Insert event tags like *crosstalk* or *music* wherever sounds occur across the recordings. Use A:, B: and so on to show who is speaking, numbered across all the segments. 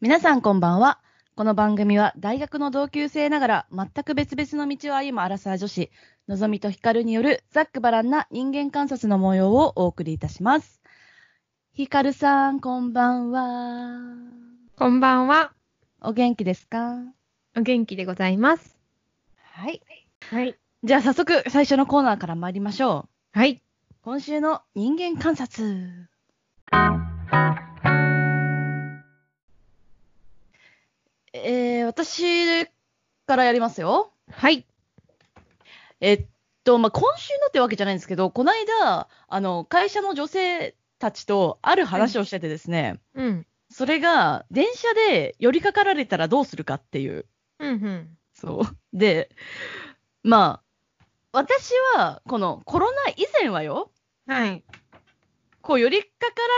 A: 皆さんこんばんは。この番組は大学の同級生ながら全く別々の道を歩むアラサー女子、のぞみとひかるによるざっくばらんな人間観察の模様をお送りいたします。ひかるさん、こんばんは。
B: こんばんは。
A: お元気ですか
B: お元気でございます。
A: はい。
B: はい。
A: じゃあ早速最初のコーナーから参りましょ
B: はい。
A: う。今週の人間観察。えー、私からやりますよ。
B: はい。
A: えっと、まあ、今週のってわけじゃないんですけど、この間、あの、会社の女性たちとある話をしててですね、
B: うん。
A: それが、電車で寄りかかられたらどうするかっていう。
B: うんうん。
A: そう。で、まあ、私は、このコロナ以前はよ、
B: はい。
A: こう寄りかか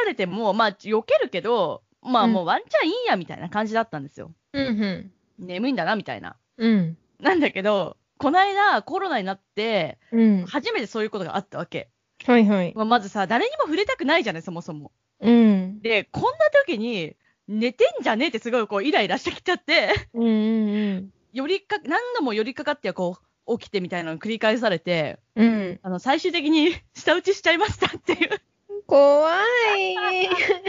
A: られても、まあ、避けるけど、まあ、
B: うん
A: もうワンチャンいいや、みたいな感じだったんですよ。
B: うんうん。
A: 眠いんだな、みたいな。
B: うん。
A: なんだけど、この間、コロナになって、
B: うん。
A: 初めてそういうことがあったわけ。
B: はいはい。
A: まあまずさ、誰にも触れたくないじゃない、そもそも。
B: うん。
A: で、こんな時に、寝てんじゃねえってすごいこうイライラしてきちゃって、 *laughs*
B: うんうん
A: よりか、何度も寄りかかってはこう、起きてみたいなのを繰り返されて、
B: うん。うん。
A: あの、最終的に *laughs* 舌打ちしちゃいましたっていう。い *laughs*
B: 怖い。
A: や、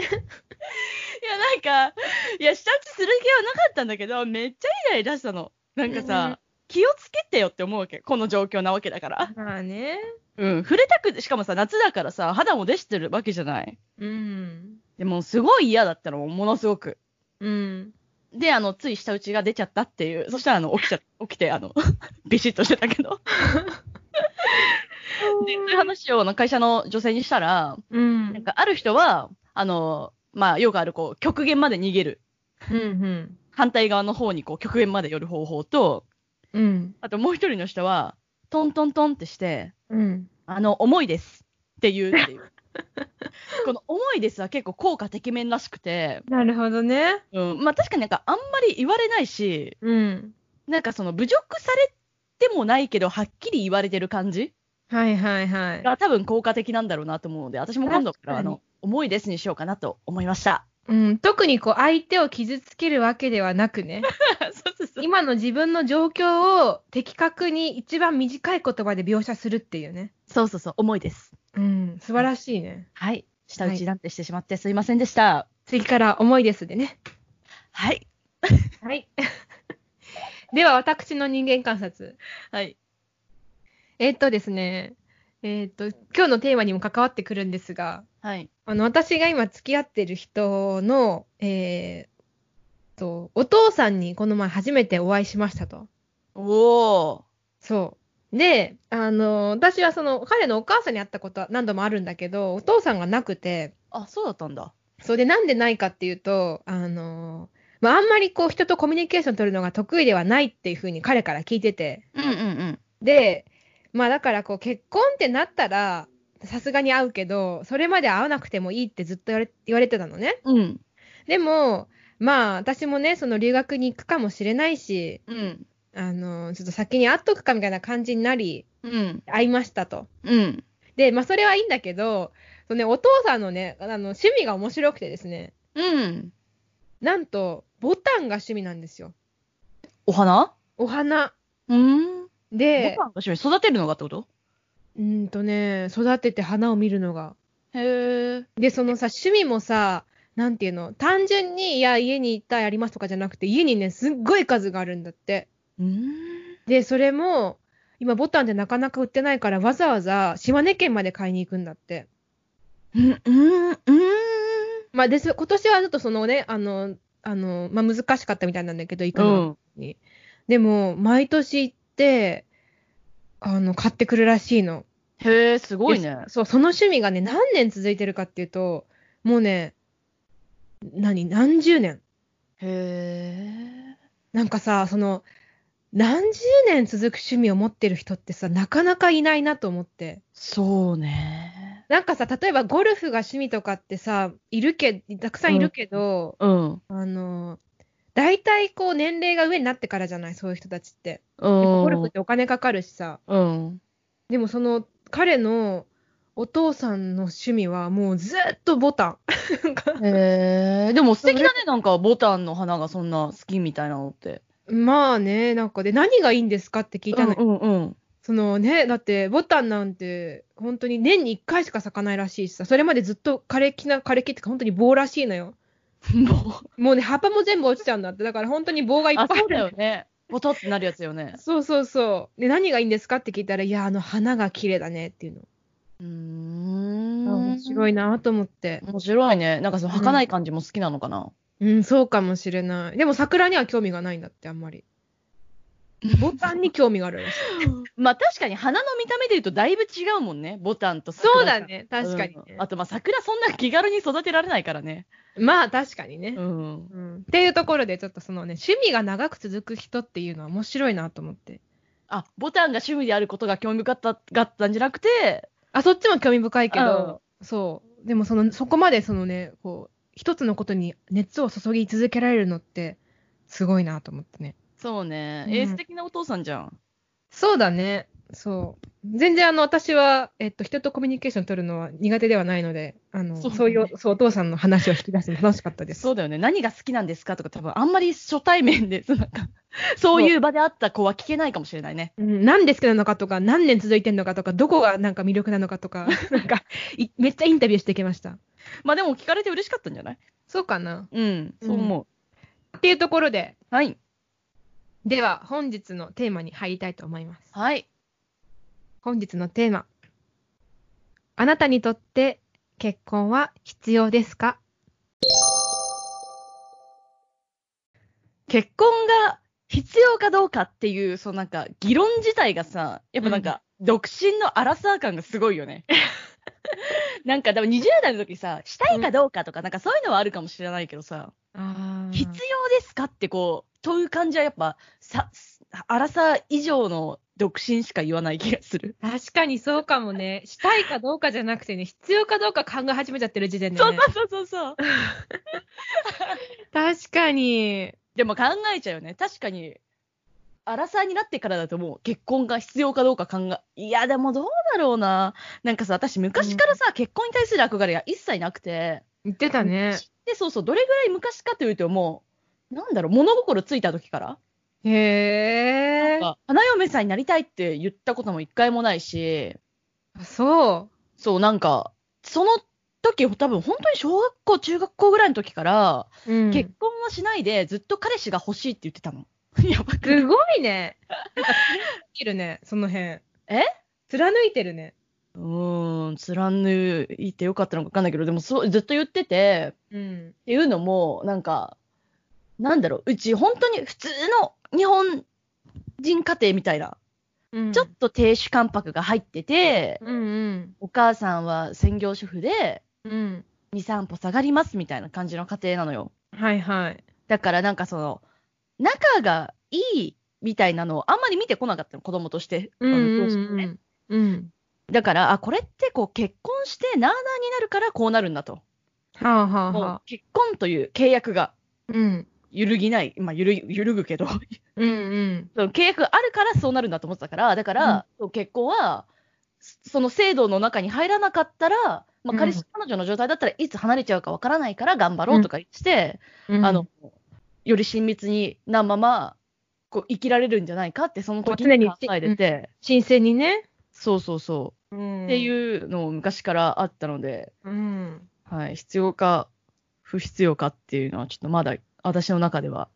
A: なんか、いや、舌打ちする気はなかったんだけど、めっちゃイライラしたの。なんか
B: うんうん
A: さ、気をつけてよって思うわけ。この状況なわけだから。
B: *laughs* まあね。
A: うん。触れたく、しかもさ、夏だからさ、肌も出してるわけじゃない。
B: うん。
A: でも、すごい嫌だったの、ものすごく。
B: うん。
A: で、あの、つい下打ちが出ちゃったっていう。そしたら、あの、起きちゃ、起きて、あの、 *laughs* ビシッとしてたけど。で、そういう話を、あの、会社の女性にしたら、
B: うん。
A: なんか、ある人は、あの、まあ、よくある、こう、極限まで逃げる。
B: うん
A: 反対側の方に、こう、極限まで寄る方法と、
B: うん。うん。
A: あともう一人の人は、トントントンってして、
B: うん。
A: あの、重いですって言うっていう。この重いですは結構効果てきめんらしくて、
B: なるほどね。
A: うん、まあ確かになんかあんまり言われないし、
B: うん。
A: なんかその侮辱されてもないけど、はっきり言われてる感じ
B: はいはいはい。
A: が多分効果的なんだろうなと思うので、私も今度からあの
B: 確、
A: 重いですにしようかなと思いました。
B: うん。特にこう、相手を傷つけるわけではなくね。
A: そうそうそう。
B: *laughs* 今の自分の状況を的確に一番短い言葉で描写するっていうね。
A: そうそうそう、重いです。
B: うん、素晴らしいね。
A: はい。下打ちなんてしてしまってすいませんでした。
B: 次から重いですでね。
A: はい。
B: はい。 *laughs* では、私の人間観察。
A: はい。
B: えーっとですね、えーっと、今日のテーマにも関わってくるんですが、
A: はい。
B: あの、私が今付き合ってる人の、えー、と、お父さんにこの前初めてお会いしましたと。
A: おー。
B: そう。で、あの、私はその、彼のお母さんに会ったことは何度もあるんだけど、お父さんがなくて、
A: あ、そうだったんだ。
B: そうで、なんでないかっていうと、あの、まあ、あんまりこう、人とコミュニケーション取るのが得意ではないっていうふうに彼から聞いてて、
A: うんうんうん。
B: で、まあ、だからこう、結婚ってなったら、さすがに会うけど、それまで会わなくてもいいってずっと言われ言われてたのね。
A: うん。
B: でも、まあ、私もね、その留学に行くかもしれないし、
A: うん。
B: あの、ちょっと先に会っとくかみたいな感じになり、
A: うん。
B: 会いましたと。
A: うん。
B: で、まあ、それはいいんだけど、そのね、お父さんのね、あの趣味が面白くてですね、
A: うん。
B: なんと、ボタンが趣味なんですよ。
A: お花
B: お花。
A: うん。
B: で、
A: 私育てるのがってこと
B: うーんとね、育てて花を見るのが。
A: へー。
B: で、そのさ、趣味もさ、なんていうの、単純に、いや、家に行ったらやりますとかじゃなくて、家にね、すっごい数があるんだって。
A: うん。
B: で、それも、今、ボタンでなかなか売ってないから、わざわざ島根県まで買いに行くんだって。
A: うん。うん。うん。
B: まあ、です、今年はちょっとそのね、あの、あの、まあ、難しかったみたいなんだけど、行くのが。に。でも、毎年行って、あの、買ってくるらしいの。
A: へー、すごい
B: で
A: ね。
B: そう、その趣味がね、何年続いてるかっていうと、もうね、何、何十年。
A: へ
B: なんかさ、その、何十年続く趣味を持ってる人ってさ、なかなかいないなと思って。
A: そうね。
B: なんかさ、例えばゴルフが趣味とかってさ、いるけ、たくさんいるけど、
A: うん。
B: あの、大体こう年齢が上になってからじゃない、そういう人たちって。
A: う
B: ゴ
A: ん。
B: ルフってお金かかるしさ。
A: うん。
B: でもその彼のおお父さんの趣味はもうずっとボタン。なんか
A: へえでも素敵だね、なんかボタンの花がそんな好きみたいなのって。
B: *laughs* まあね、なんかで、何がいいんですかって聞いたの、
A: うんうん
B: そのね、だって、ボタンなんて、本当に年に1回しか咲かないらしいしさ、それまでずっと枯れ木な、枯れ木ってか、本当に棒らしいのよ。
A: うん。も、
B: もうね、葉っぱも全部落ちちゃうんだって、だから本当に棒がいうっぱい
A: あ、そうだよね。ボタってなるやつよね。
B: *laughs* そうそうそう。で、何がいいんですかって聞いたら、いや、あの、花が綺麗だねっていうの。
A: うーん。
B: 面白い。なと思って。
A: 面白いね。なんかその儚い感じも好きなのかな。
B: うん、そうかもしれない。でも、桜には興味がないんだって、あん *laughs* まり。ボタンに興味があるらしい。
A: まあ確かに花の見た目で言うとだいぶ違うもんね。ボタンと桜。
B: そうだ。ね、確かにね。
A: あとまあ桜そんな気軽に育てられないからね。
B: まあ、確かにね。
A: うん。
B: うんっていうところで、ちょっとそのね、趣味が長く続く人っていうのは面白いなと思って。
A: あ、ボタンが趣味であることが興味深かったがったんじゃなくて、
B: あ、そっちも興味深いけど、そう。でもその、そこまでそのね、こう、一つのことに熱を注ぎ続けられるのって、すごいなと思ってね。
A: そうね。
B: うん
A: えー素敵なお父さんじゃん。
B: そうだね。そう。全然あの、私は、えっと、人とコミュニケーション取るのは苦手ではないので、あの、
A: そ
B: そうう,、
A: ね
B: いう、そう、お父さんの話を引き出して *laughs* 楽しかったです。
A: そうだよね。何が好きなんですかとか多分あんまり初対面で、 *laughs* そのなんか、そういう場で会った子は聞けないかもしれないね。
B: うん、何で好きなのかとか、何年続いてんのかとか、どこがなんか魅力なのかとか、なんか、いめっちゃインタビューしてきました。
A: まあでも聞かれて嬉しかったんじゃない
B: そうかな。
A: うん。そう思う。
B: っていうところで、
A: はい。
B: では本日のテーマに入りたいと思います。
A: はい。
B: 本日のテーマ。あなたにとって結婚は必要ですか
A: 結婚が必要かどうかっていう、そのなんか、議論自体がさ、やっぱなんか、独身のアラサー感がすごいよ *laughs* ね。なんか、でも20代の時さ、したいかどうかとか、なんかそういうのはあるかもしれないけどさ、
B: あ
A: 必要ですかってこう、問う感じはやっぱ、さ、アラサー以上の独身しか言わない気がする。
B: 確かにそうかもね。したいかどうかじゃなくてね、必要かどうか考え始めちゃってる時点で
A: そう
B: ね。
A: そうそうそう。
B: 確かに。
A: でも考えちゃうよね。確かに、アラサーになってからだともう結婚が必要かどうか考え、いや、でもどうだろうな。なんかさ、私昔からさ、結婚に対する憧れが一切なくて、
B: 言ってたね。
A: で、そうそう、どれぐらい昔かというともう、なんだろう、物心ついた時から、
B: へえ。
A: あ花嫁さんになりたいって言ったことも一回もないし、
B: そ
A: そう、なんか、その時、多分本当に小学校、中学校ぐらいの時から、
B: う。うん
A: 結婚はしないでずっと彼氏が欲しいって言ってたの。 *laughs* やばくない
B: すごいね。貫いてるね、その辺。え貫いてるね。
A: うーん、貫いてよかったのか分かんないけど、でもそう、ずっと言ってて、
B: うん。
A: っていうのも、なんか、なんだろう、うち本当に普通の日本人家庭みたいな、
B: うん、
A: ちょっと亭主関白が入ってて、
B: うんうん。
A: お母さんは専業主婦で、
B: うん。
A: 2、3歩下がりますみたいな感じの家庭なのよ。
B: はいはい。
A: だからなんかその、仲がいいみたいなのをあんまり見てこなかったの、子供として。あの当時ね
B: ん。うん。
A: だから、あ、これってこう結婚してなあなあになるからこうなるんだと。
B: はあはあ
A: も
B: は
A: う
B: あ。
A: 結婚という契約が
B: うん。
A: 揺るぎない、まあ、揺るぎ揺るぐけど、
B: うんうん。
A: その *laughs* 契約あるからそうなるんだと思ってたから、だから、そう結婚は、そその制度の中に入らなかったら、ま
B: う
A: あ、
B: ん
A: 彼氏、彼女の状態だったらいつ離れちゃうかわからないから頑張ろうとか言って、
B: うん
A: あの、より親密になまま、こう生きられるんじゃないかって、その時
B: 常
A: に
B: に
A: 考えてて、
B: 新鮮にね。
A: そうそうそうう、
B: ん
A: っていうのを昔からあったので、
B: うん。
A: はい、必要か不必要かっていうのは、ちょっとまだ私の中では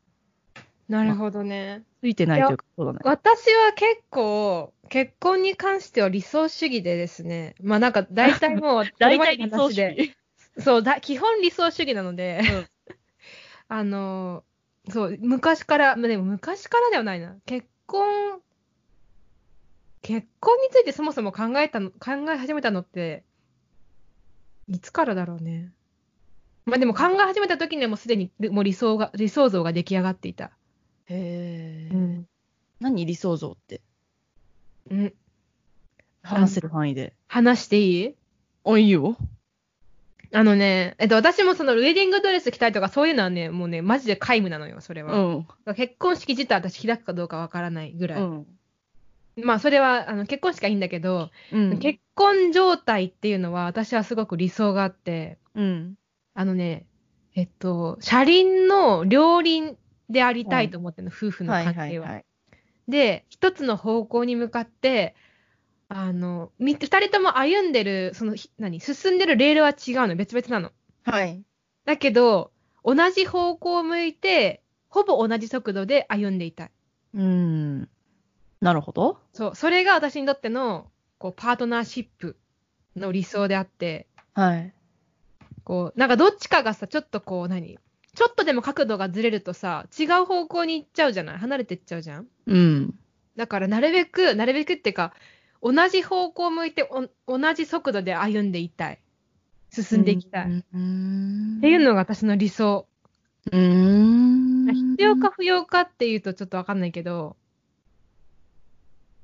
B: なるほどね。
A: ついてないというか、そうだね。
B: 私は結構、結婚に関しては理想主義でですね。まあなんか大体
A: *laughs*
B: もう、
A: 大体理
B: これ
A: 想
B: ま
A: 主
B: での話で
A: 義。
B: そうだ、基本理想主義なので、
A: うん
B: *laughs* あの、そう、昔から、まあでも昔からではないな。結婚、結婚についてそもそも考えたの、考え始めたのって、いつからだろうね。まあでも考え始めた時にはもうすでに、もう理想が、理想像が出来上がっていた。
A: へえ。何理想像って
B: うん。
A: 話せる範囲で。
B: 話していい
A: あ、いいよ。
B: あのね、えっと、私もそのウェディングドレス着たいとかそういうのはね、もうね、マジで皆無なのよ、それ
A: う
B: は。
A: ん。
B: 結婚式自体私開くかどうかわからないぐらい。
A: うん。
B: まあ、それは、あの、結婚式はいいんだけど、
A: うん。
B: 結婚状態っていうのは、私はすごく理想があって、
A: うん。
B: あのね、えっと、車輪の両輪でありたいと思ってるの、夫婦の
A: はい
B: 関係は。
A: はいはい。
B: で、一つの方向に向かって、あの、み二人とも歩んでる、その、ひ何、進んでるレールは違うの、別々なの。
A: はい。
B: だけど、同じ方向を向いて、ほぼ同じ速度で歩んでいたい。
A: うん。なるほど。
B: そう、それが私にとっての、こう、パートナーシップの理想であって、
A: はい。
B: こう、なんかどっちかがさ、ちょっとこう、何ちょっとでも角度がずれるとさ、違う方向に行っちゃうじゃない離れてっちゃうじゃん
A: うん。
B: だから、なるべく、なるべくっていうか、同じ方向向いてお、同じ速度で歩んでいたい。進んでいきたい。っ
A: うん。
B: ていうのが私の理想。
A: うん。
B: 必要か不要かっていうとちょっとわかんないけど、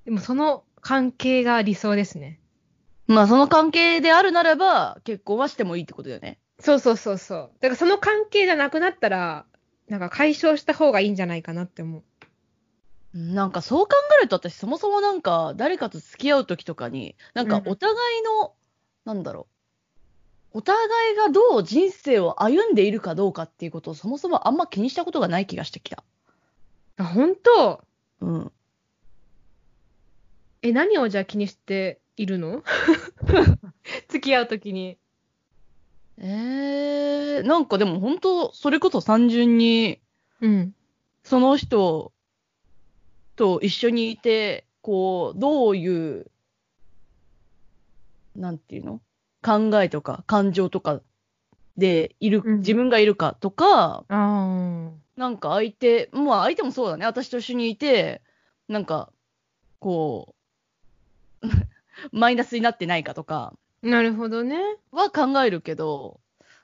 B: でもその関係が理想ですね。
A: まあ、その関係であるならば、結婚はしてもいいってことだよね。
B: そうそうそうそう。だからその関係じゃなくなったら、なんか解消した方がいいんじゃないかなって思う。
A: うんなんかそう考えると私そもそもなんか誰かと付き合う時とかになんか
B: うん
A: お互いの、なんだろうお互いがどう人生を歩んでいるかどうかっていうことをそもそもあんま気にしたことがない気がしてきた。
B: あ、本当
A: うん、
B: え、何をじゃあ気にしているの *laughs* 付き合うときに。
A: えー、なんかでも本当それこそ単純に
B: うん。
A: その人と一緒にいてこうどういうなんていうの考えとか感情とかでいる、
B: うん
A: 自分がいるかとか
B: ああ。
A: なんか相手、まあ相手もそうだね。私と一緒にいて、なんか、こう、 *laughs* マイナスになってないかとか
B: なるほどね。
A: は考えるけど、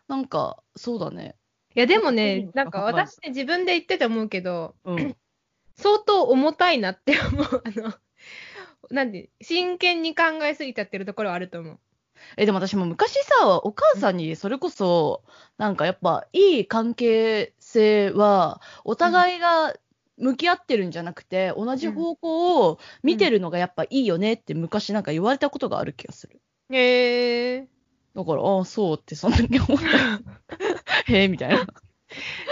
A: なんか、そうだね。
B: いや、でも
A: そういう
B: ね
A: の、
B: なんか
A: わかんない
B: 私ね、自分で言ってて思うけど、
A: うん。
B: 相当重たいなって思う。あの、なんで、真剣に考えすぎちゃってるところはあると思う。
A: え、でも私も昔さ、お母さんにそれこそ、なんかやっぱ、いい関係性は、お互いが向き合ってるんじゃなくて、同じ方向を見てるのがやっぱいいよねって昔なんか言われたことがある気がする。
B: へえ
A: だから、ああ、そうってそんなに
B: *laughs*
A: 思った。へえ、みたいな。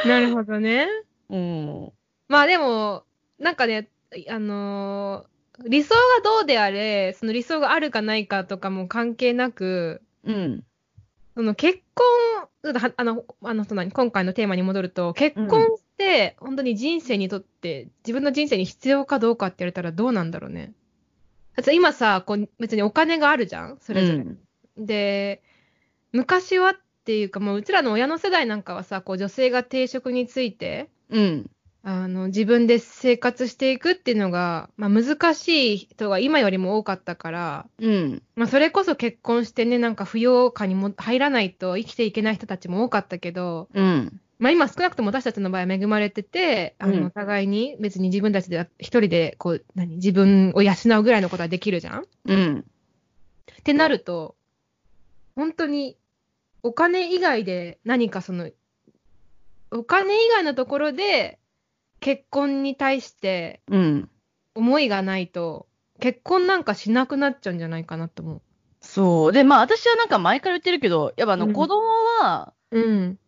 B: なるほどね。
A: うん。
B: まあでも、なんかね、あのー理想がどうであれ、その理想があるかないかとかも関係なく、
A: うん。
B: その結婚、はあの、あの、そんなに今回のテーマに戻ると、結婚って、本当に人生にとって、自分の人生に必要かどうかって言われたらどうなんだろうね。だって今さ、こう、別にお金があるじゃんそれぞれ。
A: うん
B: で、昔はっていうか、もううちらの親の世代なんかはさ、こう女性が定職について、
A: うん。
B: あの、自分で生活していくっていうのが、まあ難しい人が今よりも多かったから、
A: うん。
B: まあそれこそ結婚してね、なんか扶養家にも入らないと生きていけない人たちも多かったけど、
A: うん。
B: まあ今少なくとも私たちの場合は恵まれてて、あ
A: うん
B: の、お互いに別に自分たちで一人でこう、何、自分を養うぐらいのことはできるじゃん
A: うん。
B: ってなると、本当にお金以外で何かその、お金以外のところで結婚に対して
A: うん。
B: 思いがないと、結婚なんかしなくなっちゃうんじゃないかなと思
A: そう。で、まあ私はなんか前から言ってるけど、やっぱあの
B: うん
A: 子供は
B: う。うん。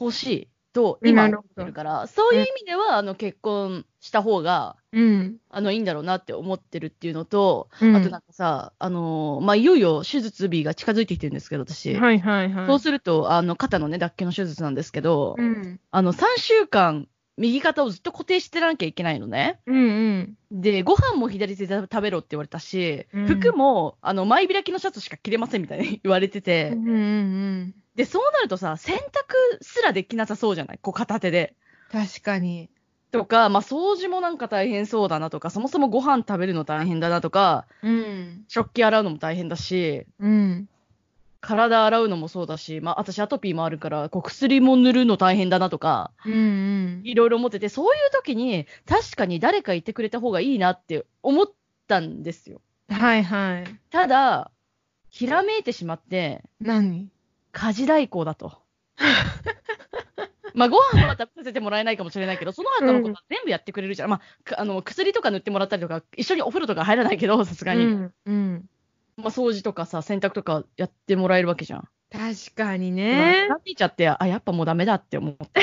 A: 欲しいと
B: うん
A: 今
B: なる
A: 思
B: ほど
A: ってるから、そういう意味ではあの結婚した方が、
B: うん。
A: あの、いいんだろうなって思ってるっていうのと、
B: うん
A: あとなんかさ、あのーまあ、いよいよ手術日が近づいてきてるんですけど、私。
B: はいはいはい。
A: そうすると、あの、肩のね、脱臼の手術なんですけど、
B: うん。
A: あの、3週間、右肩をずっと固定してなきゃいけないのね。
B: うんうん。
A: で、ご飯も左手で食べろって言われたし、
B: うん
A: 服も、あの、前開きのシャツしか着れませんみたいに言われて
B: う
A: て、
B: んうんうん。
A: で、そうなるとさ、洗濯すらできなさそうじゃないこう、片手で。
B: 確かに。
A: とか、まあ、掃除もなんか大変そうだなとか、そもそもご飯食べるの大変だなとか、
B: うん。
A: 食器洗うのも大変だし、
B: うん。
A: 体洗うのもそうだし、まあ、私アトピーもあるから、こう、薬も塗るの大変だなとか、
B: うんうん。
A: いろいろ思ってて、そういう時に、確かに誰かいてくれた方がいいなって思ったんですよ。
B: はいはい。
A: ただ、ひらめいてしまって、
B: 何
A: 家事代行だと。 *laughs* まあ、ご飯は食べさせてもらえないかもしれないけど、その後のことは全部やってくれるじゃん。まあく、あの、薬とか塗ってもらったりとか、一緒にお風呂とか入らないけど、さすがに。
B: うん、うん。
A: まあ、掃除とかさ、洗濯とかやってもらえるわけじゃん。
B: 確かに
A: え
B: ね。
A: なっていちゃって、あ、やっぱもうダメだって思って。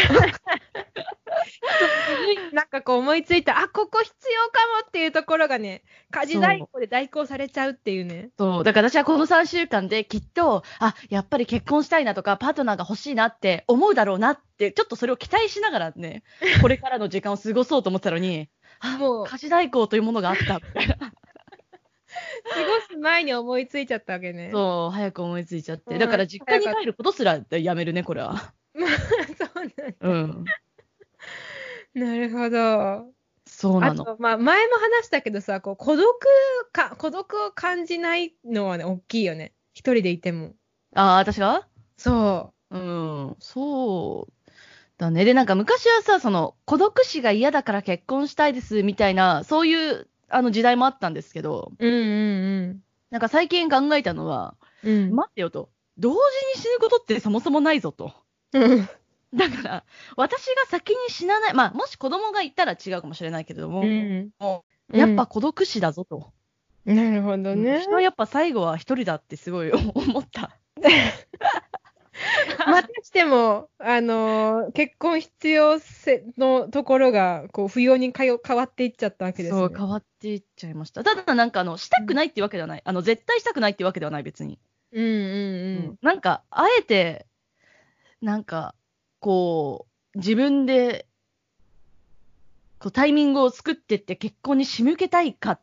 B: なんかこう思いついた、あ、ここ必要かもっていうところがね、家事代行で代行されちゃうっていうね。
A: そう。だから私はこの3週間できっと、あ、やっぱり結婚したいなとか、パートナーが欲しいなって思うだろうなって、ちょっとそれを期待しながらね、これからの時間を過ごそうと思ってたのに、あ、
B: もう
A: 家事代行というものがあった、みたいな。
B: 過ごす前に思いついちゃったわけね。
A: そう、早く思いついちゃっ
B: う
A: て。
B: ん
A: だから実家に帰ることすらやめるね、これ
B: *laughs*
A: は。
B: *laughs* そう
A: うん。
B: なんなるほど。
A: そうな
B: あ
A: の。
B: と、まあ、前も話したけどさ、こう孤独か、孤独を感じないのはね、大きいよね。一人でいても。
A: ああ、私が
B: そ
A: うん、そうだね。で、なんか昔はさ、その、孤独死が嫌だから結婚したいですみたいな、そういうあの時代もあったんですけど、
B: う。うんうん
A: なんか最近考えたのは、
B: うん。うん。
A: 待ってよと、同時に死ぬことってそもそもないぞと。
B: うん
A: だから、私が先に死なない、まあ、もし子供がいたら違うかもしれないけれども、
B: *laughs* うん
A: も
B: うん
A: やっぱ孤独死だぞと。
B: なるほどね
A: 人。はやっぱ最後は一人だってすごい *laughs* 思った。
B: またしても、あのー結婚必要性のところが、こう、不要にかよ変わっていっちゃったわけですね。
A: そう、変わっていっちゃいました。ただなんかあの、したくないっていうわけではない。あの、絶対したくないっていうわけではない、別に。
B: うんうん
A: なんか、あえて、なんか、こう、自分で、こう、タイミングを作ってって結婚に仕向けたいかっ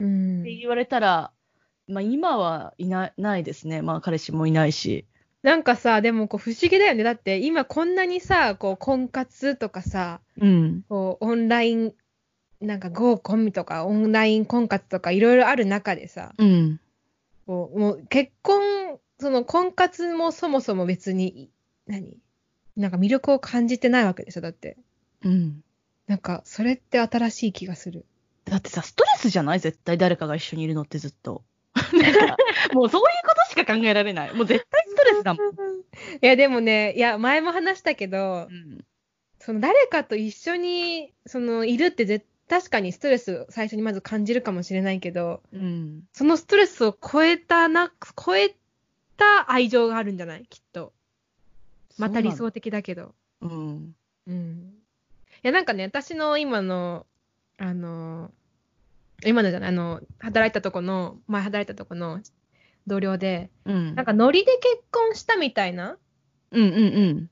B: うん。うん
A: て言われたら、まあ今はいなないですね。まあ彼氏もいないし。
B: なんかさ、でもこう不思議だよね。だって今こんなにさ、こう婚活とかさ、
A: うん。
B: こうオンライン、なんか合コンとかオンライン婚活とかいろいろある中でさ、
A: うん。
B: こうもう結婚、その婚活もそもそも別に、何なんか魅力を感じてないわけでしょ、だって。
A: うん。
B: なんかそれって新しい気がする。
A: だってさ、ストレスじゃない絶対誰かが一緒にいるのってずっと。なんか、 *laughs* もうそういうことしか考えられない。もう絶対ストレスだもん。
B: いや、でもね、いや、前も話したけど、
A: うん。
B: その誰かと一緒にそのいるって絶確かにストレス最初にまず感じるかもしれないけど、
A: うん。
B: そのストレスを超えたな、超えた愛情があるんじゃないきっと。また理
A: そう
B: 想的だけど。
A: なの。うん。
B: うん。いや、なんかね、私の今の、あの、今のじゃない、あの、働いたとこの、前働いたとこの同僚で、
A: うん。
B: なんかノリで結婚したみたいな
A: うんうんうん。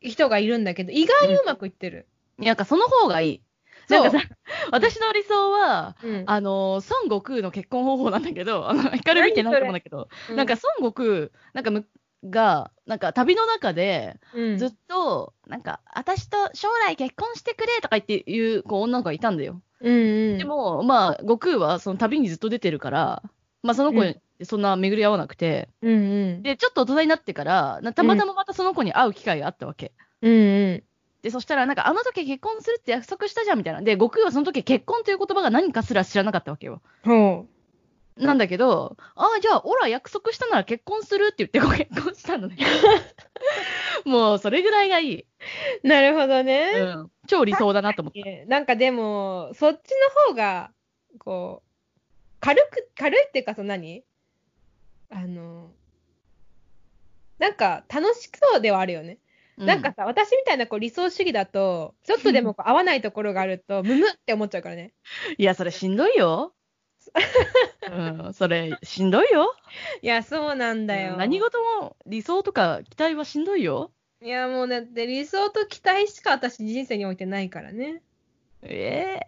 B: 人がいるんだけど、意外にうまくいってる。
A: なんかその方がいい。
B: そ
A: な
B: うん
A: かさ、私の理想は、
B: うん
A: あの、孫悟空の結婚方法なんだけど、あの、光る見てないと思うんだけど、なんか、孫悟空、なんかむ、が、なんか旅の中で、
B: うん
A: ずっと、なんか、私と将来結婚してくれとか言って言う、こう、女の子がいたんだよ。
B: うんうん、
A: でも、まあ、悟空はその旅にずっと出てるから、まあ、その子にそんな巡り合わなくて、
B: うんうん。
A: で、ちょっと大人になってから、なたまたままたその子に会う機会があったわけ。
B: うんうん。
A: で、そしたら、なんか、あの時結婚するって約束したじゃんみたいな。で、悟空はその時結婚という言葉が何かすら知らなかったわけよ。
B: ほ
A: なんだけど、ああ、じゃあ、オラ約束したなら結婚するって言ってご結婚したの
B: *laughs*
A: ね。もう、それぐらいがいい。
B: う。なるほど
A: う
B: ね。
A: ん。超理想だなと思った。
B: なんかでも、そっちの方が、こう、軽く、軽いっていうか、その何あの、なんか楽しそうではあるよね。
A: う
B: なんか、さ、私みたいなこう理想主義だと、ちょっとでもこう合わないところがあると、ムムって思っちゃうからね。
A: いや、それしんどい
B: *laughs*
A: よ。うん、それ、しんどいよ。
B: いや、そうなんだよ。
A: 何事も理想とか期待はしんどいよ。
B: いや、もうだって理想と期待しか私人生においてないからね。
A: え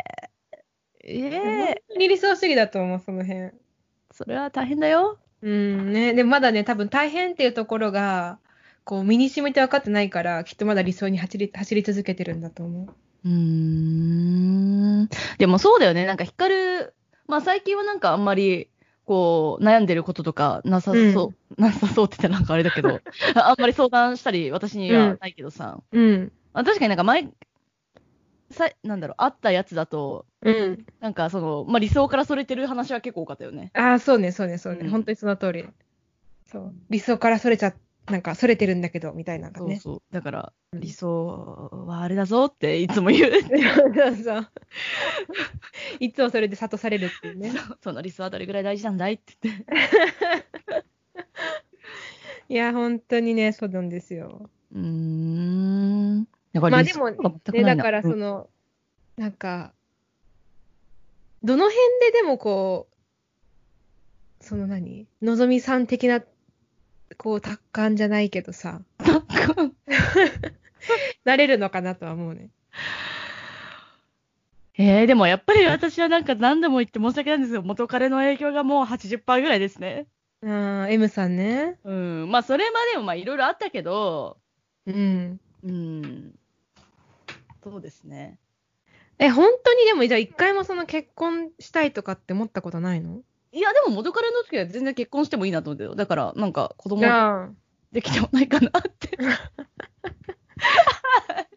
A: ええ
B: 本
A: え
B: 当に理想主義だと思う、その辺。
A: それは大変だよ。
B: うんね、でもまだね、多分大変っていうところが、こう身に染みて分かってないから、きっとまだ理想に走り走り続けてるんだと思
A: うーんでもそうだよね。なんか光る、まあ最近はなんかあんまり、こう、悩んでることとかなさそう、なさそうって言ったらなんかあれだけ
B: *laughs*
A: ど、ああんまり相談したり、私にはないけどさ、
B: う。うん。
A: あ確かになんか前、さなんだろう、あったやつだと、
B: うん。
A: なんかその、まあ理想からそれてる話は結構多かったよね。
B: ああ、そうね、そうね、そうね。
A: うん
B: 本当にその通り。そうう。理想からそれちゃっなんか、それてるんだけど、みたいなのが
A: そう
B: ね。
A: そう。だから、
B: うん
A: 理想はあれだぞっていつも言う。
B: そう *laughs* そう。いつもそれで諭されるっていうね。
A: *laughs* その理想はどれぐらい大事なんだいって言って。
B: いや、本当にね、 *laughs* そうなんですよ。
A: うーん。だか
B: ま
A: ら
B: あ
A: 理
B: で
A: 想
B: も、
A: が全
B: ね、
A: くない
B: だ
A: な
B: からそ
A: うん
B: の、なんか、どの辺ででもこう、その何のぞみさん的な、こう、達観じゃないけどさ、なれるのかなとは思うね。
A: えー、でもやっぱり私はなんか何度も言って申し訳ないんですよ。元彼の影響がもう80%ぐらいですね。
B: あー M さんね。
A: うん。まあそれまでもまあいろいろあったけど、
B: うん。
A: うん。そうですね。
B: え、本当にでも、じゃあ一回もその結婚したいとかって思ったことないの
A: いや、でも元彼の時は全然結婚してもいいなと思ってよ。だから、なんか子供
B: じゃあ、
A: できてもないかなって。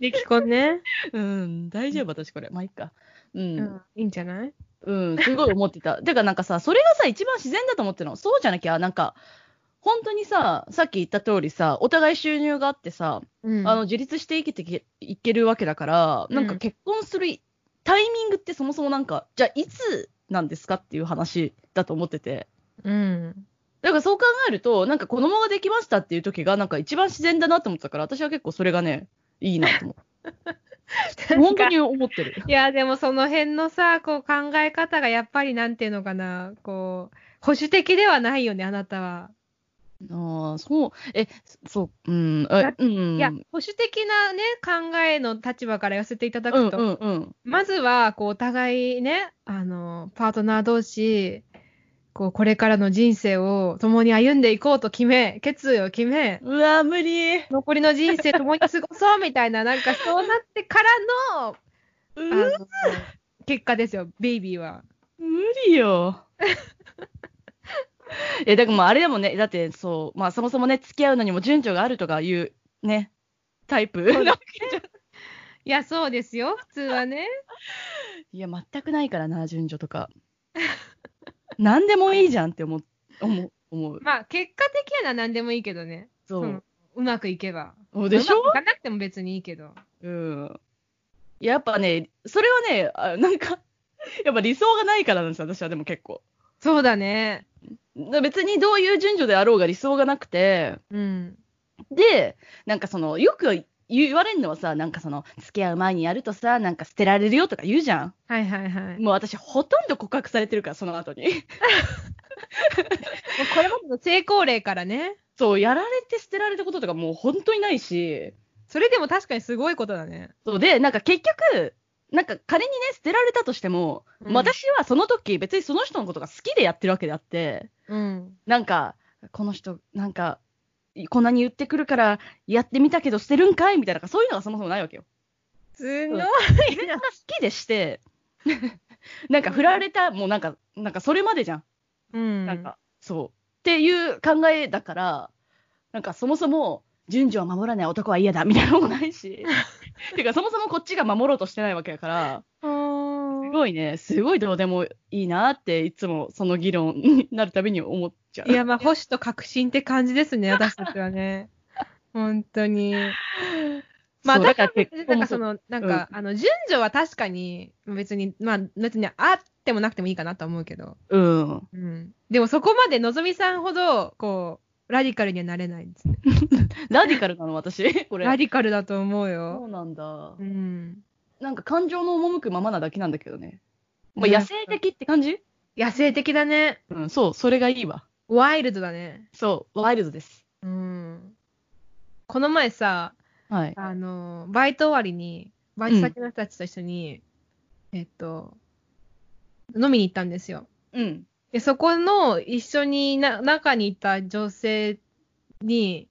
B: 力婚ね。
A: うん、大丈夫、私これ。まあいいか。うん。
B: うん、いいんじゃない
A: うん、すごい思ってた。 *laughs* てか、なんかさ、それがさ、一番自然だと思ってるの。そうじゃなきゃ、なんか、本当にさ、さっき言った通りさ、お互い収入があってさ、
B: うん
A: あの、自立して生きてけいけるわけだから、なんか
B: うん
A: 結婚するタイミングってそもそもなんか、じゃあいつなんですかっていう話だと思ってて。
B: うん。
A: だからそう考えると、なんか子供ができましたっていう時が、なんか一番自然だなと思ったから、私は結構それがね、いいなと思う。
B: *laughs*
A: 本当に思ってる。
B: いや、でもその辺のさ、こう考え方がやっぱりなんていうのかな、こう、保守的ではないよね、あなたは。
A: ああ、そう、え、そう、うん、え
B: だ、
A: うん。
B: いや、保守的なね、考えの立場から寄せていただ
A: うん
B: く
A: う
B: と、
A: んうん。
B: まずは、こう、お互いね、あの、パートナー同士、こう、これからの人生を共に歩んでいこうと決め、決意を決め、
A: うわ、無理。う
B: 残りの人生共に過ごそうみたいな、なんかそうなってからの、あ
A: 無
B: の、結果ですよ、ベイビーは。
A: 理 *laughs* よ。え、だからもうあれでもんね、だってそう、まあそもそもね、付き合うのにも順序があるとかいう、ね、タイプ。
B: *laughs* いや、そうですよ、普通は *laughs* ね。
A: *laughs* いや、全くないからな、順序とか。何でもいいじゃんって思う、思う、思う。
B: まあ、結果的には何でもいいけどね。
A: そ
B: うん
A: う。
B: うまくいけば。
A: おでしょ
B: うまくいかなくても別にいいけど。
A: うん。やっぱね、それはね、あなんか、やっぱ理想がないからなんですよ、私はでも結構。
B: そうだね。
A: だ別にどういう順序であろうが理想がなくて、
B: うん。
A: で、なんかその、よく言われるのはさ、なんかその、付き合う前にやるとさ、なんか捨てられるよとか言うじゃ
B: はいはいはい。
A: ん。
B: も
A: もう私、ほとんど告白されてるから、その後に。 *laughs*
B: うこれまでの成功例からね。
A: そう、やられて捨てられたこととかもう本当にないし、
B: それでも確かにすごいことだね。
A: そうで、なんか結局、なんか仮にね、捨てられたとしても、
B: うん
A: 私はその時、別にその人のことが好きでやってるわけであって、
B: うん。
A: なんか、この人、なんか、こんなに言ってくるから、やってみたけど捨てるんかいみたいな、なんかそういうのがそもそもないわけよ。
B: すごい
A: 自分が好きでして、 *laughs* なんか振られた、もうなんか、なんかそれまでじゃん。
B: うん。
A: なんか、そう。っていう考えだから、なんかそもそも、順序を守らない男は嫌だみたいなのもない
B: *laughs*
A: し、てかそもそもこっちが守ろうとしてないわけだから、
B: うー
A: す
B: ん。
A: ごいね、すごいどうでもいいなって、いつもその議論になるたびに思っちゃう。
B: いや、まあ、保守と革新って感じですね、私たちは *laughs* ね。本当に。まあ、
A: そう
B: だ
A: だ
B: か
A: からら、結
B: な
A: 婚
B: ん
A: も
B: か
A: そ
B: そうの、なんか、あの、順序は確かに、別に、まあ、別にあってもなくてもいいかなとは思うけど。
A: うん。
B: うんでもそこまでのぞみさんほど、こう、ラディカルにはなれないんですね。
A: ラディカルなの、
B: *laughs*
A: 私、これ。
B: ラディカルだと思う
A: そ
B: よ。
A: うなんだ
B: う。ん。
A: なんか感情の赴くままなだけなんだけどね。もう
B: ね
A: 野生的って感じ
B: 野生的だね。
A: うん、そう、それがいいわ。
B: ワイルドだね。
A: そう、ワイルドです。
B: うん。この前さ、
A: はい。
B: あの、バイト終わりに、バイト先の人たちと一緒に、えっと、飲みに行ったんですよ。
A: うん。
B: で、そこの一緒にな、中にいた女性に、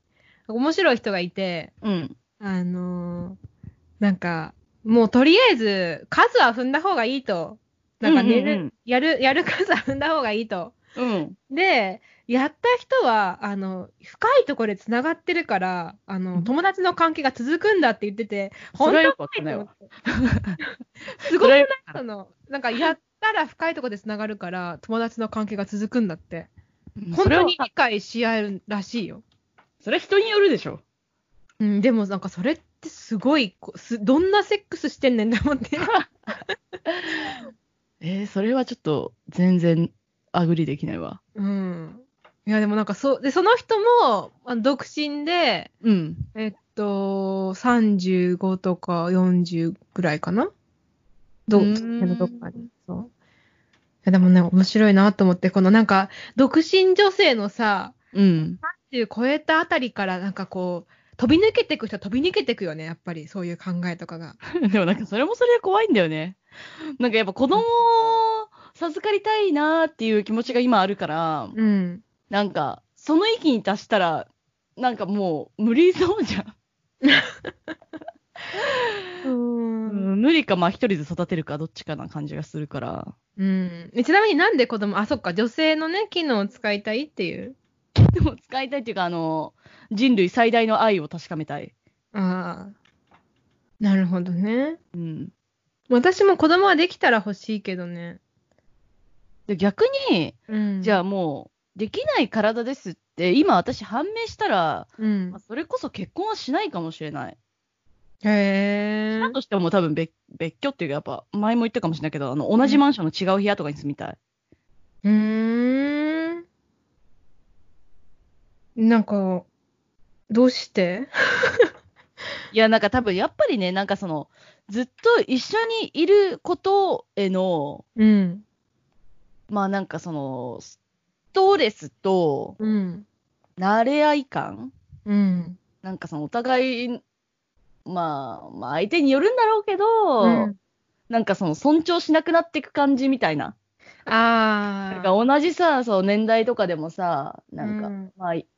B: 面白い人がいて、
A: うん。
B: あのーなんか、もうとりあえず、数は踏んだ方がいいと。なんか寝る、
A: うんうんうん
B: やる、やる数は踏んだ方がいいと。
A: うん。
B: で、やった人は、あの、深いところで繋がってるから、あ
A: う
B: の、
A: ん
B: 友達の関係が続くんだって言ってて、
A: そ
B: 本
A: れ
B: 当
A: は
B: に
A: よくわかんないわ。
B: *laughs* すごい、
A: い
B: その、なんかやったら深いところで繋がるから、友達の関係が続くんだって。本当に理解し合えるらしいよ。
C: それは人によるでしょ。
B: うん、でもなんかそれってすごいこうす、どんなセックスしてんねんだもん
A: *laughs*
B: ね。
A: えー、それはちょっと全然アグリできないわ。
B: うん。いや、でもなんかそう、で、その人も、あの独身で、
A: うん。
B: えっと、35とか40ぐらいかなど、
A: う
B: う
A: ーん
B: どっかに。そう。いや、でもね、面白いなと思って、このなんか、独身女性のさ、
A: うん。 *laughs*
B: 30超えたあたりから、なんかこう、飛び抜けてく人は飛び抜けてくよね、やっぱり、そういう考えとかが。
A: でもなんかそれもそれで怖いんだよね。なんかやっぱ子供を授かりたいなーっていう気持ちが今あるから、
B: うん。
A: なんかその域に達したら、なんかもう無理そうじゃん。
B: うん
A: うん、無理か、まあ一人で育てるか、どっちかな感じがするから。
B: うん。えちなみになんで子供、あ、そっか、女性のね、機能を使いたいっていう。
A: でも使いたいっていうか、あの、人類最大の愛を確かめたい。
B: ああ。なるほどね。
A: うん。
B: 私も子供はできたら欲しいけどね。
A: で逆に、
B: うん。
A: じゃ
B: あ、
A: あもう、できない体ですって、今私判明したら、
B: うん
A: まあ。それこそ結婚はしないかもしれない。
B: へえ
A: だ。としても多分別別居っていうか、やっぱ前も言ったかもしれないけど、あの同じマンションの違う部屋とかに住みたい。
B: うーん。なんか、どうして
A: いや、なんか多分やっぱりね、なんかその、ずっと一緒にいることへの、
B: うん。
A: まあなんかその、ストレスと、
B: うん。
A: 慣れ合い感
B: うん。
A: なんかそのお互い、まあ、まあ相手によるんだろうけど、
B: うん
A: なんかその尊重しなくなっていく感じみたいな。
B: ああ。
A: なんか同じさ、そう年代とかでもさ、なんか、
B: うん
A: まあい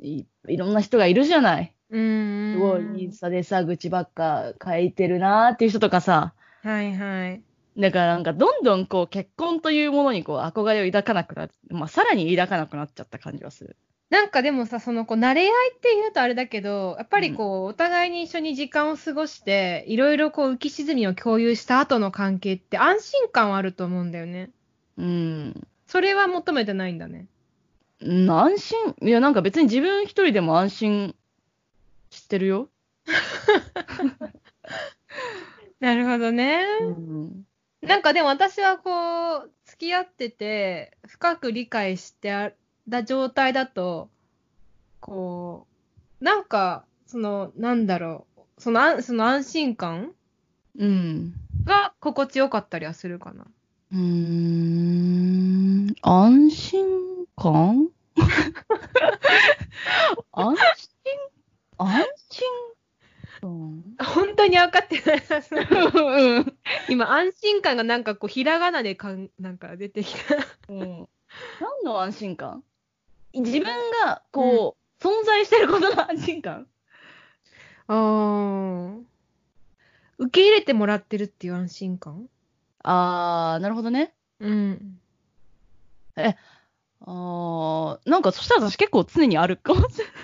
A: い、いろんな人がいるじゃない。
B: うん。
A: すごいインスタでさ、愚痴ばっか書いてるなーっていう人とかさ、
B: はいはい。
A: だからなんかどんどんこう結婚というものにこう憧れを抱かなくなって、まあさらに抱かなくなっちゃった感じはする。
B: なんかでもさ、そのこう慣れ合いっていうとあれだけど、やっぱりこう、お互いに一緒に時間を過ごして、いろいろこう浮き沈みを共有した後の関係って安心感はあると思うんだよね。
A: うん。
B: それは求めてないんだね。
A: うん安心、いやなんか別に自分一人でも安心してるよ。
B: なるほどね。
A: うん。
B: なんかでも私はこう、付き合ってて、深く理解してあた状態だと、こう、なんか、その、なんだろう、そのあんその安心感
A: うん。
B: が心地よかったりはするかな。
A: うーん、安心 *laughs* 感安心安心感
B: 本当に分かってない。 *laughs*
A: うん
B: 今、安心感がなんかこう、ひらがなでかん、なんか出てきた。
A: うん。何の安心感自分がこう、存在してることの安心感
B: あー。受け入れてもらってるっていう安心感
A: あー、なるほどね。
B: うん。
A: あー、なんかそしたら私結構常にあるかもしれない。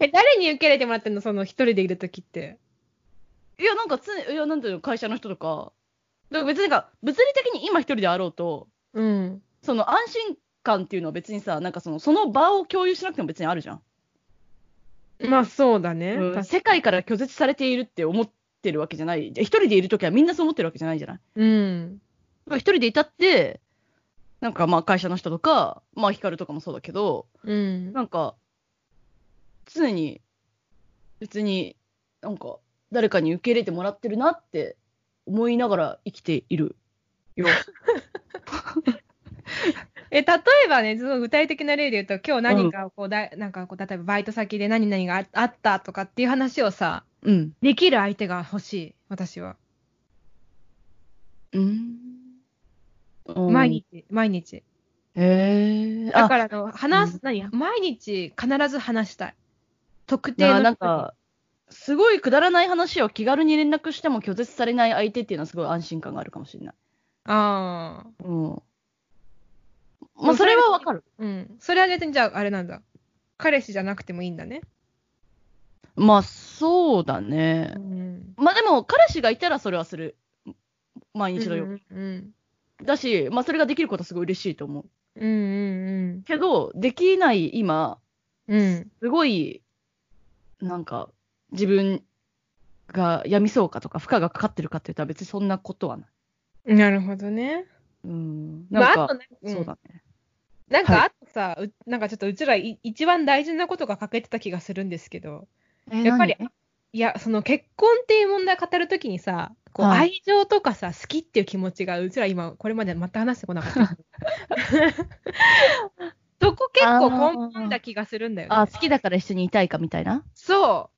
B: え、誰に受け入れてもらってんのその、一人でいるときって。
A: いや、なんか常に、いや、なんていうの、会社の人とか。だから別になんか、物理的に今一人であろうと、
B: うん。
A: その安心感っていうのは別にさ、なんかそのその場を共有しなくても別にあるじゃん。
B: まあ、そうだね。
A: うん
B: 確か
A: 世界から拒絶されているって思ってるわけじゃない。一人でいるときはみんなそう思ってるわけじゃないじゃない。
B: うん。
A: 一人でいたって、なんかまあ会社の人とか、まあヒカルとかもそうだけど、
B: うん。
A: なんか、常に、別になんか誰かに受け入れてもらってるなって思いながら生きているよ。
B: え、例えばね、その具体的な例で言うと、今日何かこうだ、なんかこう、例えばバイト先で何々がああったとかっていう話をさ、
A: うん。
B: できる相手が欲しい、私は。
A: うん。
B: 毎日、毎日。
A: へえー。
B: だ
A: あ
B: からあの、話す
A: うん、
B: 何毎日必ず話したい。特定
A: な
B: の。
A: なん、か、すごいくだらない話を気軽に連絡しても拒絶されない相手っていうのはすごい安心感があるかもしれない。
B: ああ。
A: うん。まあ、それはわかる。
B: うん。それは別にじゃあ、あれなんだ。彼氏じゃなくてもいいんだね。
A: まあ、そうだね
B: う。ん。
A: まあ、でも、彼氏がいたらそれはする。毎日のように。
B: うん。
A: だし、まあ、それができることはすごい嬉しいと思う。
B: うんうん
A: けど、できない今、
B: うん。うん。
A: すごい、なんか、自分が病みそうかとか、負荷がかかってるかって言ったら別にそんなことはない。
B: なるほどね。
A: うん。
B: ま
A: なん
B: あ、
A: か、
B: あとね、うん
A: そうだね。
B: なんか
A: は
B: あとさ、うなんかちょっとうちらい一番大事なことが欠けてた気がするんですけど、
A: え
B: やっぱり
A: 何
B: いや、その結婚っていう問題を語るときにさ、こう
A: はい
B: 愛情とかさ、好きっていう気持ちが、うちら今、これまで全く話してこな
A: *laughs*
B: かった。そこ結構根本だ気がするんだよね。
A: あ、好きだから一緒にいたいかみたいな。
B: そ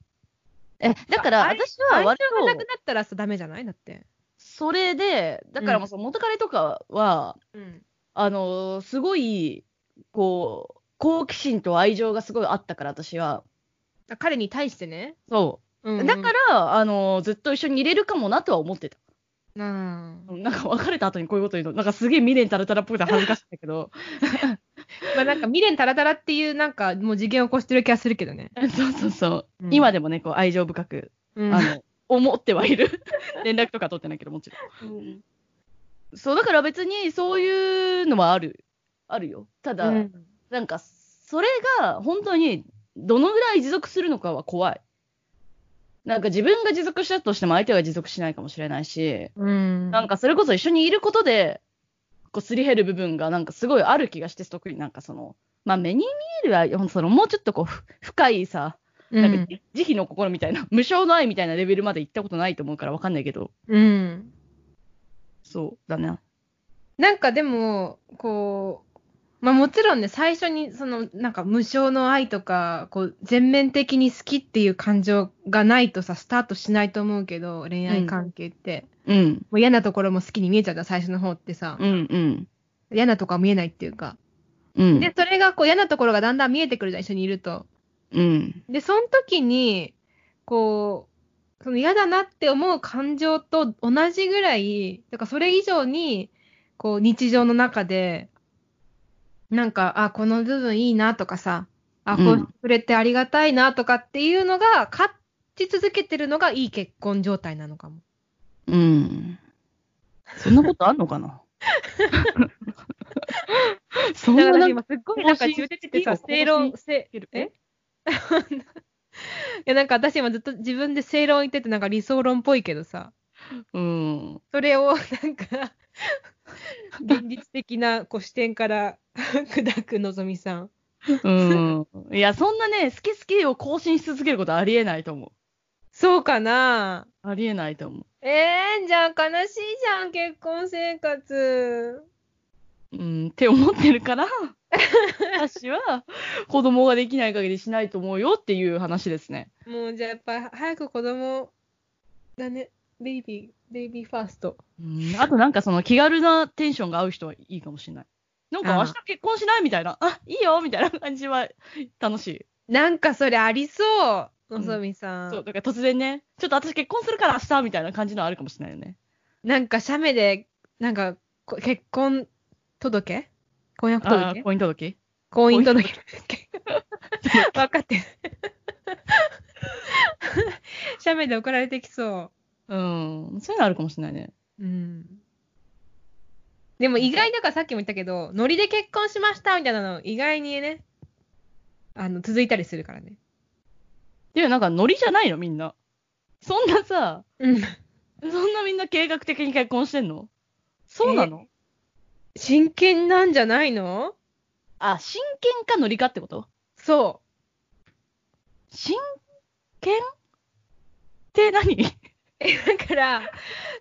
A: え、だから
B: あれ
A: 私
B: う。愛
A: は
B: 情が
A: 割と、
B: なくなったらさ、ダメじゃないだって。
A: それで、だからもうその元彼とかは、
B: うん。
A: あのーすごい、こう、好奇心と愛情がすごいあったから、私は。
B: 彼に対してね。
A: そうう。
B: んうん
A: だから、あのーずっと一緒にいれるかもなとは思ってた。
B: うん
A: なんか別れた後にこういうこと言うの、なんかすげえ未練たらたらっぽくて恥ずかしいんだけど。
B: まあなんか未練たらたらっていうなんかもう次元を起こしてる気がするけどね。
A: *laughs* そうそうそう。
B: うん
A: 今でもね、こう愛情深く、
B: う
A: あ *laughs* の、思ってはいる。 *laughs* 連絡とか取ってないけど、もちろ
B: ん。
A: ん。そう、だから別にそういうのはある。あるよ。ただ、
B: うん
A: なんか、それが本当にどのぐらい持続するのかは怖い。なんか自分が持続したとしても相手は持続しないかもしれないし、
B: うん。
A: なんかそれこそ一緒にいることで、こうすり減る部分がなんかすごいある気がして、特になんかその、まあ目に見えるは、ほんとそのもうちょっとこうふ、深いさ、
B: う
A: なん
B: ん
A: か慈悲の心みたいな、無償の愛みたいなレベルまで行ったことないと思うからわかんないけど、
B: うん。
A: そうだね。
B: なんかでも、こう、まあもちろんね、最初にそのなんか無償の愛とか、こう全面的に好きっていう感情がないとさ、スタートしないと思うけど、恋愛関係って。
A: うん、
B: もう嫌なところも好きに見えちゃった、最初の方ってさ。
A: うん、うん、
B: 嫌なとこは見えないっていうか。
A: うん、
B: で、それがこう嫌なところがだんだん見えてくるじゃん、一緒にいると。
A: うん、
B: で、その時に、こう、その嫌だなって思う感情と同じぐらい、だからそれ以上に、こう、日常の中で、なんか、あ、この部分いいなとかさ、あ、こう
A: うん
B: 触れてありがたいなとかっていうのが、勝ち続けてるのがいい結婚状態なのかも。
A: うん。そんなことあんのか
B: *laughs*
A: なそん
B: だ
A: な
B: か
A: な
B: ら私
A: ん
B: 今
A: か、
B: すっごいなんか
A: 更新
B: 自分で言って
A: いい
B: さ、
A: よ
B: 正論、
A: 更
B: せ
A: してる
B: えいや、なんか私今ずっと自分で正論言っててなんか理想論っぽいけどさ、
A: うん。
B: それをなんか現実的なこう視点から砕くのぞみさん。
A: うん。いや、そんなね、好き好きを更新し続けることありえないと思
B: そうかな
A: う。ありえないと思
B: えー、じゃあ悲しいじゃん結婚生活。
A: う。うん、って思ってる
B: *laughs*
A: から、私は子供ができない限りしないと思うよっていう話ですね。
B: もうじゃあやっぱ早く子供だね。ベイビー、ベイビーファースト。
A: うん、あとなんかその気軽なテンションが合う人はいいかもしれない。なんか
B: あ
A: 明
B: あ
A: 日結婚しないみたいな、あ、いいよみたいな感じは楽しい。
B: なんかそれありそう、
A: うん
B: のぞみさん。
A: そう、だから突然ね、ちょっと私結婚するから明日みたいな感じのあるかもしれないよね。
B: なんか写メで、なんかこ結婚届婚約
A: あ
B: 届
A: ー婚姻届
B: 婚姻届。分かってる。写メで送られてきそ
A: うん、そういうのあるかもしれないね。
B: う。うん。でも意外だからさっきも言ったけど、ノリで結婚しましたみたいなの意外にね、あの、続いたりするからね。
A: で、なんかノリじゃないのみんな。そんなさ、
B: うん。
A: そんなみんな計画的に結婚してんのそうなの
B: 真剣なんじゃないの
A: あ、真剣かノリかってこと
B: そ
A: 真剣って何
B: う。だから、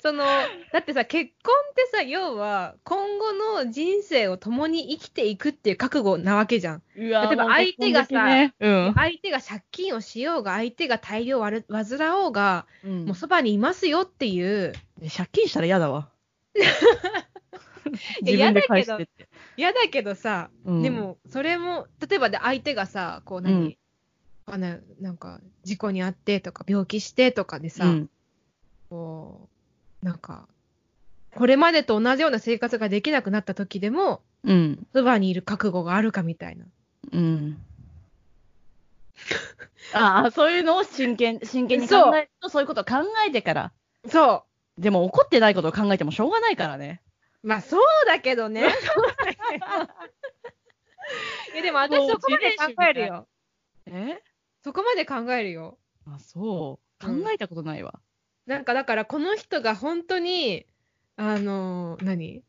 B: その、だってさ、結婚ってさ、要は、今後の人生を共に生きていくっていう覚悟なわけじゃん。
A: うわ
B: 例えば
A: もう結婚できね *laughs* うん。
B: 相手が借金をしようが、相手が大量をわる患おうが、
A: うん
B: もうそばにいますよっていう、
A: え借金したら嫌だ *laughs* わ。自
B: 嫌
A: 分で
B: だけど
A: 返してって。
B: 嫌だけどさ、
A: うん
B: で、も、それも、例えばで相手がさ、こう何、あのなんか、事故に遭ってとか、病気してとかでさ、
A: うん、
B: こう、なんか、これまでと同じような生活ができなくなった時でも、
A: うん、
B: そばにいる覚悟があるかみたいな。
A: *laughs* うん。ああ、そういうのを真剣、真剣に考えると、そういうことを考えてから。
B: そ
A: でも怒ってないことを考えてもしょうがないからね。 *laughs*
B: う。まあ、そうだけどね。いやでも私
A: もう
B: そこまで考える
A: 自
B: よ。
A: え
B: そこまで考えるよ。
A: あ、そう。考えたことないわ。
B: なんかだからこの人が本当に、あの、何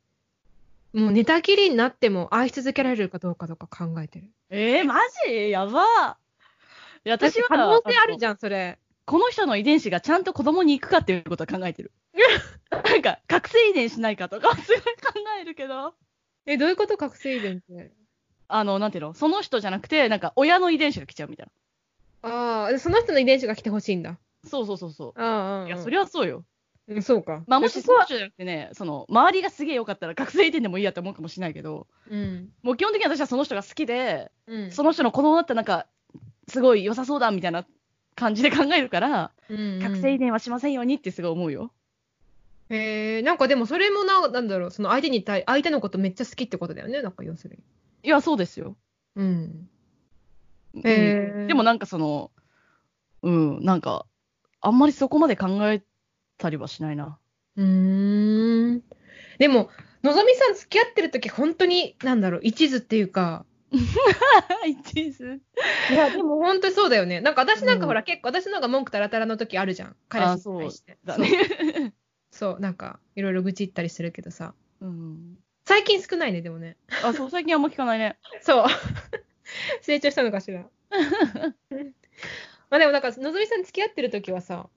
B: もう寝たきりになっても愛し続けられるかどうかとか考えてる。
A: えー、マジやばいや私は、
B: 可能性あるじ
A: ゃん。
B: ゃん、それ。
A: この人の遺伝子がちゃんと子供に行くかっていうことは考えて
B: *laughs*
A: る。なんか、覚醒遺伝しないかとか、すごい考えるけど。
B: え、どういうこと覚醒遺伝って。
A: あの、なんていうのその人じゃなくて、なんか、親の遺伝子が来ちゃうみたい
B: ああ、その人の遺伝子が来てほしいんだ。
A: な。そうそうそうそ
B: ああ、ああ
A: う。いや、そりゃそうよ。
B: うんそうか。
A: まあ、もし
B: 私
A: その人じゃなくてね、その、周りがすげえ良かったら、覚醒遺伝でもいいやって思うかもしれないけど、
B: うん。
A: もう基本的に私はその人が好きで、
B: うん。
A: その人の子供だったらなんか、すごい良さそうだみたいな感じで考えるから、
B: うんうん
A: 覚醒遺伝はしませんようにってすごい思うよ。
B: へえ、なんかでもそれもな、なんだろう、その相手に対、相手のことめっちゃ好きってことだよね、なんか要するに。
A: いや、そうですよ。
B: うん。
A: うん
B: へー
A: でもなんかその、うん、なんか、あんまりそこまで考えたりはしないな。
B: うーん。でも、のぞみさん付き合ってる時本当に、なんだろう、一途っていうか。
A: *laughs* 一途。
B: いや、でも本当にそうだよね。なんか私なん
A: うん
B: かほら、結構私の方が文句たらたらの時あるじゃん。彼氏に対して。
A: だね。
B: そう。そう、なんか、いろいろ愚痴ったりするけどさ。
A: うん。
B: 最近少ないね、でもね。
A: あ、そう、最近あんま聞かないね。
B: そう。 *laughs* 成長したのかしら。
A: *laughs*
B: まあでもなんか、のぞみさん付き合ってる時はさ、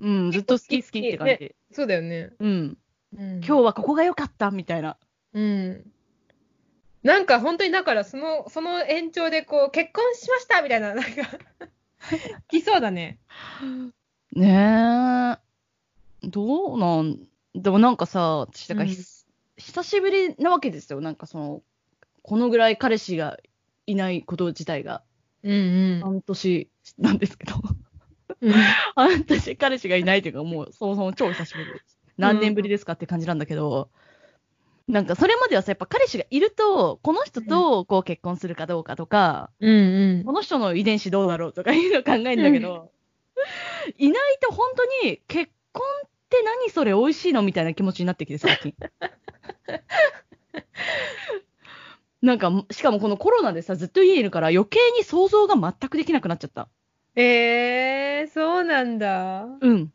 A: うん、ずっと好き好きって感
B: 好き
A: じ。
B: そうだよね。
A: うん。
B: うん
A: 今日はここが良かったみたいな。
B: うん。なんか本当にだからその、その延長でこう、結婚しましたみたいな、 *laughs* なんか、来そうだね。
A: ねえ。どうなんでもなんかさ、私、だからひ、
B: うん
A: 久しぶりなわけですよ。なんかその、このぐらい彼氏がいないこと自体が、
B: うん
A: 半年なんですけど、
B: うん。
A: 半年彼氏がいないというか、もうそもそも超久しぶりです。何年ぶりですかって感じなんだけど、なんかそれまではさ、やっぱ彼氏がいると、この人とこう結婚するかどうかとか、
B: うん
A: この人の遺伝子どうだろうとかいうの考えるんだけど、いないと本当に結婚って何それ美味しいのみたいな気持ちになってきて最近。なんか、しかもこのコロナでさ、ずっと家にいるから余計に想像が全くできなくなっちゃった。
B: えー、そうなんだ。
A: うん。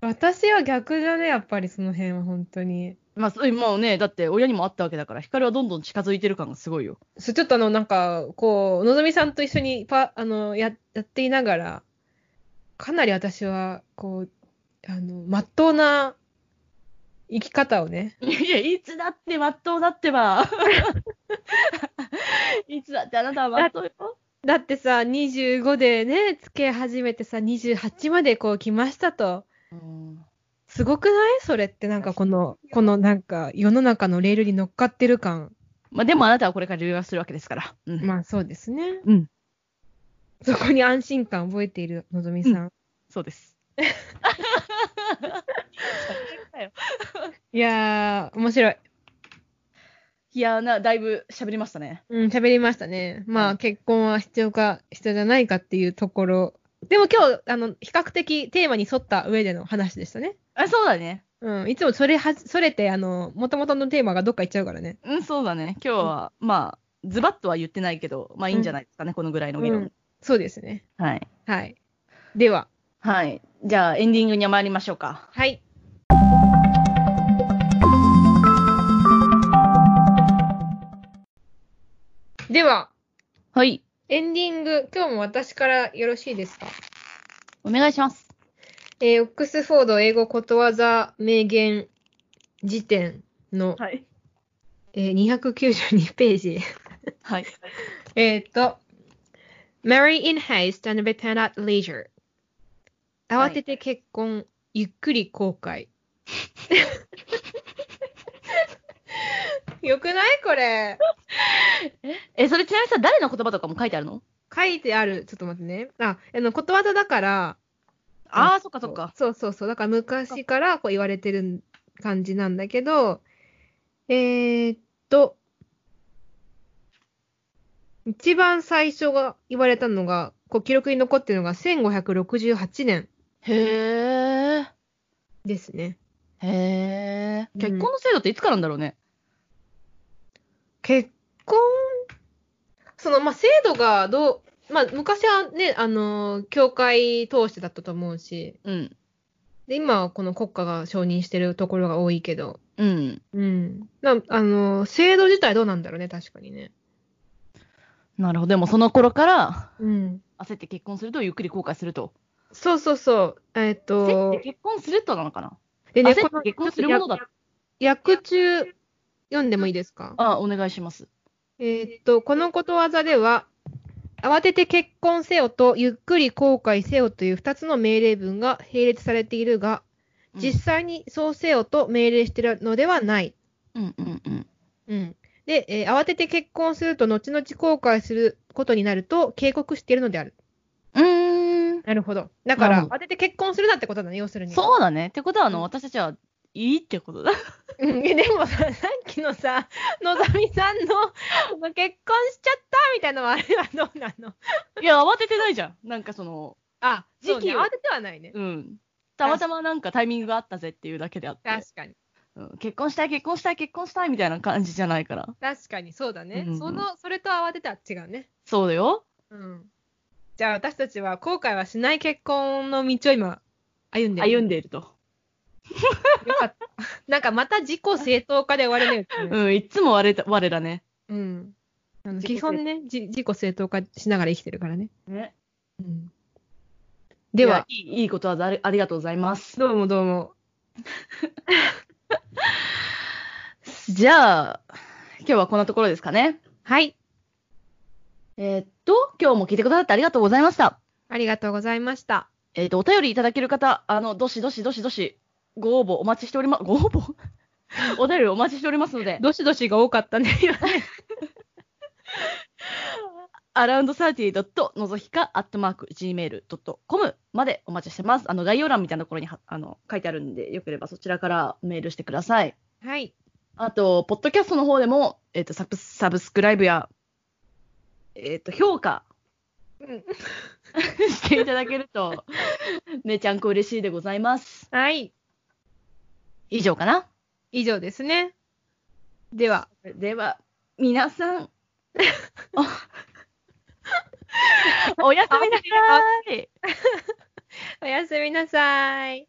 B: 私は逆だね、やっぱりその辺は本当に。
A: まあ、そうもうね、だって親にもあったわけだから、光はどんどん近づいてる感がすごいよ。
B: そうちょっとあの、なんか、こう、のぞみさんと一緒にパ、あの、や、やっていながら、かなり私は、こう、あの、まっとうな生き方をね、
A: いや、いつだってまっとうだって *laughs* ば。いつだってあなたはまっとうよ。
B: だってさ、25でね、付き合い始めてさ、28までこう来ましたと。
A: うん
B: すごくないそれってなんかこの、このなんか世の中のレールに乗っかってる感。
A: まあ、でもあなたはこれから留学するわけですから。うん。
B: まあそうですね。
A: うん。
B: そこに安心感を覚えているのぞみさん。
A: そう *laughs* です。
B: いやー、面白い。
A: いやーな、だいぶ喋りましたね。
B: うん、喋りましたね。ま
A: う
B: あ
A: ん
B: 結婚は必要か、必要じゃないかっていうところ。でも今日、あの、比較的テーマに沿った上での話でしたね。
A: あ、そうだね。
B: うん、いつもそれは、それて、あの、元々のテーマがどっか行っちゃうからね。
A: うん、そうだね。今日は、まあ、ズバッとは言ってないけど、まあいいんじゃないですかね、このぐらいの議
B: う
A: 論
B: ん。そうですね。
A: はい。
B: はい。では、
A: はい。じゃあ、エンディングに参りましょうか。
B: はい。では、
A: はい。
B: エンディング、今日も私からよろしいですか
A: お願いします。
B: えーオックスフォード英語ことわざ名言辞典の、
A: はい。
B: えー292ページ。
A: はい。
B: えーっと、Marry in haste and repent at leisure.
A: はい
B: 慌てて結婚、ゆっくり後
A: *laughs*
B: 悔。よくないこれ。
A: え、それちなみにさ、誰の言葉とかも書いてあるの
B: 書いてある。ちょっと待ってね。あ、あの、ことわざだから。
A: ああ、そっかそっか。
B: そうそうそう。だから昔からこう言われてる感じなんだけど、えーっと、一番最初が言われたのが、こう記録に残ってるのが1568年
A: へえ。
B: ですね。
A: へえ。
B: うん
A: 結婚の制度っていつからなんだろうね。
B: 結婚その、まあ、制度がどう、まあ、昔はね、あの、教会通してだったと思うし、
A: うん。
B: で、今はこの国家が承認してるところが多いけど、
A: うん。
B: うん。なあの、制度自体どうなんだろうね、確かにね。
A: なるほど。でもその頃から、
B: うん。
A: 焦って結婚するとゆっくり後悔すると。
B: そうそうそう。え
A: 焦っ
B: っ、
A: て
B: と、
A: 結婚するとなのかな
B: で
A: 焦って結婚するものだ。
B: 役中、読んでもいいですか
A: あ、お願いします。
B: えーっと、このことわざでは、慌てて結婚せよと、ゆっくり後悔せよという2つの命令文が並列されているが、
A: うん
B: 実際にそうせよと命令しているのではない。
A: うんうんうん。
B: うん。で、えー慌てて結婚すると、後々後悔することになると、警告しているのである。
A: うーん。
B: なるほど。だから、
A: なるほど
B: 慌てて結婚するなってことだね、要するに。
A: そうだね。ってことは、あ
B: う
A: の、
B: ん
A: 私たちは、いいってことだ。
B: うんえでもさ、 *laughs* さっきのさ、のぞみさんの、この結婚しちゃったみたいなのは、あれはどうなの
A: *laughs* いや、慌ててないじゃん。なんかその、
B: あ、時
A: そう
B: 期、
A: ね
B: 慌ててはないね。
A: うん。たまたまなんかタイミングがあったぜっていうだけであって、
B: 確かに。
A: うん、結婚したい、結婚したい、結婚したいみたいな感じじゃないから。
B: 確かに、そうだね。
A: うん
B: その、それと慌てたは違うね。
A: そうだよ。
B: うん。じゃあ、私たちは後悔はしない結婚の道を今、歩んでる。
A: 歩ん
B: で
A: でいると。
B: よかった。なんか、また自己正当化で終
A: *laughs*
B: わるね。
A: うん、いつも我れ我らね。
B: うん。あの
A: 自己
B: 基本ねじ、自己正当化しながら生きてるからね。
A: ね。
B: うん。では、
A: いや、いいいいことはありありがとうございます。
B: どうもどうも。
A: じゃあ、今日はこんなところですかね。
B: はい。
A: えーっと、今日も聞いてくださってありがとうございました。
B: ありがとうございました。
A: えーっと、お便りいただける方、あの、どしどしどしどし、ご応募お待ちしております。ご応募 *laughs* お便りお待ちしておりますので、
B: *laughs* どしどしが多かったね。
A: アラウンドサーティドットのぞひかアットマーク gmail.com までお待ちしてます。あの概要欄みたいなところにはあの書いてあるんで、よければそちらからメールしてください。
B: *laughs* はい。
A: あと、ポッドキャストの方でも、えっ、とサブ、サブスクライブや、えっ、と、評価 *laughs*
B: うん
A: していただけると、 *laughs* めちゃんこ嬉しいでございます。
B: はい。
A: 以上かな
B: 以上ですね。では、
A: では、皆さん、 *laughs* おおやすみなさい。
B: おやすみなさい。